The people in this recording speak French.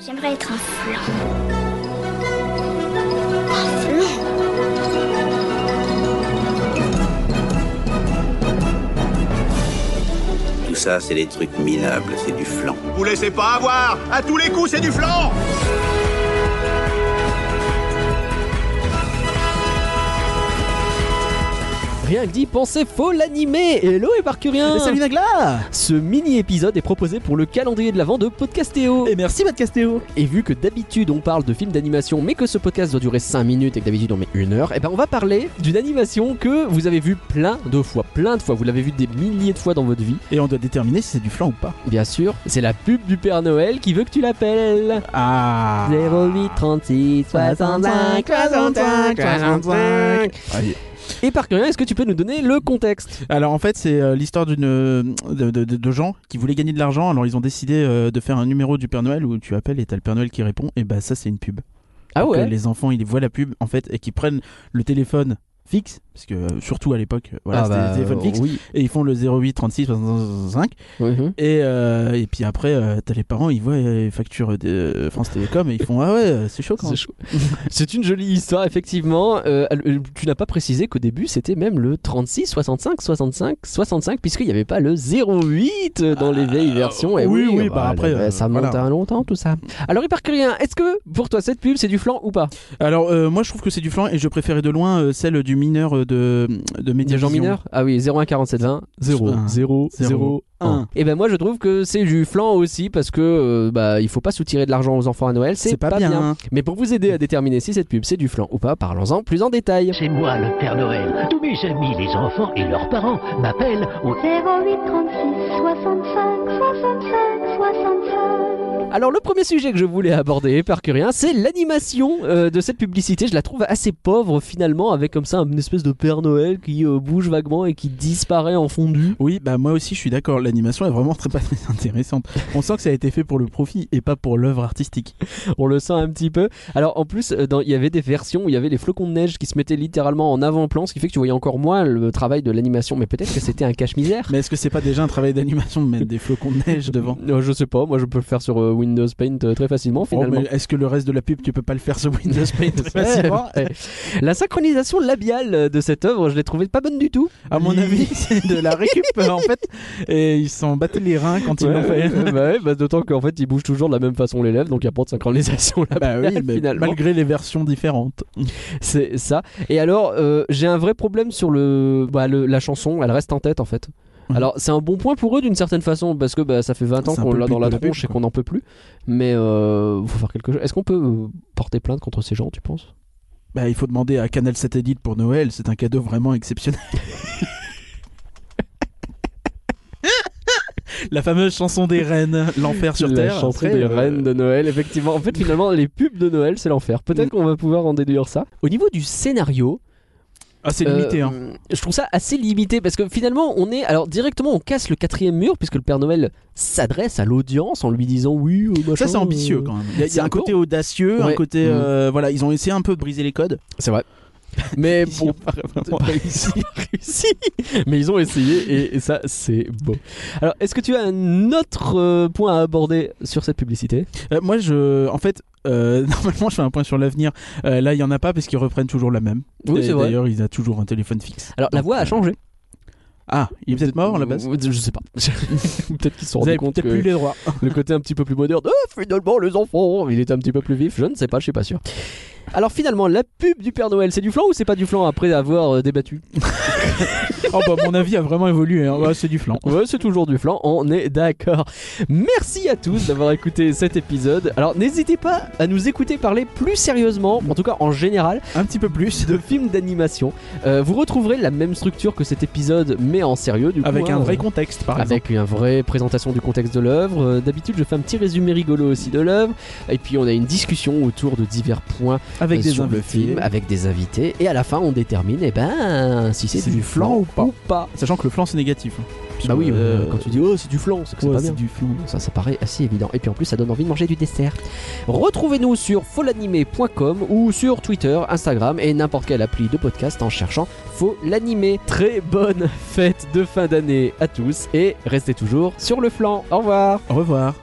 J'aimerais être un flan. Un flan Tout ça, c'est des trucs minables, c'est du flan. Vous laissez pas avoir À tous les coups, c'est du flan Rien que d'y penser, faut l'animer Hello Éparcurien Et salut Nagla Ce mini-épisode est proposé pour le calendrier de l'Avent de Podcastéo Et merci Matt Castéo Et vu que d'habitude on parle de films d'animation mais que ce podcast doit durer 5 minutes et que d'habitude on met une heure, et ben on va parler d'une animation que vous avez vue plein de fois, plein de fois, vous l'avez vue des milliers de fois dans votre vie, Et on doit déterminer si c'est du flan ou pas. bien sûr, c'est la pub du Père Noël qui veut que tu l'appelles Ah 08 36 65 65 65 Aïe. Et par curieux, est-ce que tu peux nous donner le contexte Ah, Alors en fait, c'est euh, l'histoire d'une euh, de, de- de- de gens qui voulaient gagner de l'argent, alors ils ont décidé euh, de faire un numéro du Père Noël où tu appelles et t'as le Père Noël qui répond, et bah ça c'est une pub. Ah Pour que ouais les enfants ils voient la pub en fait et qu'ils prennent le téléphone fixe, parce que euh, surtout à l'époque, euh, voilà, Ah c'était bah, des téléphones fixes, oui. et ils font le 08 36 65, Mhm. et, euh, et puis après, euh, t'as les parents, ils voient euh, les factures de euh, France Télécom et ils font Ah ouais, euh, c'est chaud quand C'est chaud. C'est une jolie histoire, effectivement. Euh, elle- tu n'as pas précisé qu'au début, c'était même le 36, 65, 65, 65, puisqu'il n'y avait pas le 08 dans les vieilles versions. Eh Et oui, oui, bah après, euh, ça monte voilà. à longtemps, tout ça. Alors, Hypercurien, est-ce que pour toi, cette pub, c'est du flan ou pas Alors euh, moi je trouve que c'est du flan et je préférais de loin euh, celle du mineur euh, de de Des Mediavision. gens mineurs Ah oui, 01 47 20 0, 0 0, 1. Et ben moi je trouve que c'est du flan aussi parce que euh, bah il faut pas soutirer de l'argent aux enfants à Noël, c'est pas, bien. hein. Mais pour vous aider à déterminer si cette pub c'est du flan ou pas, parlons-en plus en détail. C'est moi le Père Noël. Tous mes amis, les enfants et leurs parents m'appellent au 08 36 65 65 65 Alors le premier sujet que je voulais aborder par Curien, c'est l'animation euh, de cette publicité. Je la trouve assez pauvre finalement, avec comme ça une espèce de Père Noël qui euh, bouge vaguement et qui disparaît en fondu. Oui, bah moi aussi je suis d'accord, l'animation est vraiment très pas très intéressante. On sent que ça a été fait pour le profit et pas pour l'œuvre artistique. On le sent un petit peu. Alors en plus, euh, dans- il y avait des versions où il y avait les flocons de neige qui se mettaient littéralement en avant-plan, ce qui fait que tu voyais encore moins le travail de l'animation. Mais peut-être que c'était un cache-misère. Mais est-ce que c'est pas déjà un travail d'animation de mettre des flocons de neige devant Euh, je sais pas, moi je peux le faire sur euh, Windows Paint euh, très facilement Oh, finalement. mais est-ce que le reste de la pub tu peux pas le faire sur Windows Paint très facilement Ouais. Eh, La synchronisation labiale euh, de cette œuvre, je l'ai trouvée pas bonne du tout. À mon avis, c'est de la récup en fait et ils s'en battaient les reins quand ils l'ont fait. bah ouais, bah d'autant qu'en fait, ils bougent toujours de la même façon les lèvres, donc il n'y a pas de synchronisation là. Bah oui, mais Finalement. malgré les versions différentes. C'est ça. Et alors, euh, j'ai un vrai problème sur le, bah, le- la chanson, elle reste en tête en fait. Mhm. Alors, c'est un bon point pour eux d'une certaine façon, parce que bah, ça fait 20 ans C'est un qu'on peu le l'a but dans la de la pub, tronche et quoi. qu'on n'en peut plus. Mais euh, faut faire quelque chose. Est-ce qu'on peut euh, porter plainte contre ces gens, tu penses Bah, il faut demander à Canal Satellite pour Noël, c'est un cadeau vraiment exceptionnel. La fameuse chanson des reines, l'enfer sur la terre. chanson Après, des euh, reines de Noël, effectivement. En fait, finalement, les pubs de Noël, c'est l'enfer. Peut-être qu'on va pouvoir en déduire ça. Mm. Au niveau du scénario, Ah, c'est limité. Euh, hein. Je trouve ça assez limité parce que finalement, on est. Alors, directement, on casse le quatrième mur puisque le Père Noël s'adresse à l'audience en lui disant oui, euh, machin, Ça, c'est ambitieux euh. quand même. Il y a, il y a c'est un encore- côté audacieux, un Ouais. Mm. côté. euh, voilà, ils ont essayé un peu de briser les codes. C'est vrai. Mais Ils bon, ont pas vraiment réussi. réussi. Mais ils ont essayé et, et ça, c'est beau. Alors, est-ce que tu as un autre euh, point à aborder sur cette publicité Euh, moi, je. En fait, euh, normalement, je fais un point sur l'avenir. Euh, là, il y en a pas parce qu'ils reprennent toujours la même. Oui, Et c'est vrai. D'ailleurs, il a toujours un téléphone fixe. Alors, la Donc, voix a euh, changé. Ah, il est peut-être mort à la base. Je sais pas. peut-être qu'ils se sont Vous rendus avez compte peut-être que- plus les droits. le côté un petit peu plus moderne. de Ah, finalement, les enfants, il est un petit peu plus vif. Je ne sais pas, je suis pas sûr. Alors finalement, la pub du Père Noël, c'est du flan ou c'est pas du flan après avoir euh, débattu Oh bah mon avis a vraiment évolué, hein. Ouais, c'est du flan. Ouais, c'est toujours du flan, on est d'accord. Merci à tous d'avoir écouté cet épisode. Alors n'hésitez pas à nous écouter parler plus sérieusement, en tout cas en général, Un petit peu plus. de films d'animation. Euh, vous retrouverez la même structure que cet épisode, mais en sérieux du coup. Avec hein, un euh, vrai contexte par exemple. avec une vraie présentation du contexte de l'œuvre. Euh, D'habitude, je fais un petit résumé rigolo aussi de l'œuvre. Et puis, on a une discussion autour de divers points Avec euh, des sur le invités. film, avec des invités. Et à la fin, on détermine eh ben, si c'est C'est du, du flan flan ou ou pas. Sachant que le flan c'est négatif. hein. Bah oui, Euh, euh, quand tu dis oh, c'est du flan, c'est que c'est ouais, pas c'est bien. du flan. Ça, ça paraît assez évident. Et puis en plus, ça donne envie de manger du dessert. Retrouvez-nous sur folanimé.com ou sur Twitter, Instagram et n'importe quelle appli de podcast en cherchant Faut l'animer. Très bonne fête de fin d'année à tous et restez toujours sur le flanc. Au revoir. Au revoir.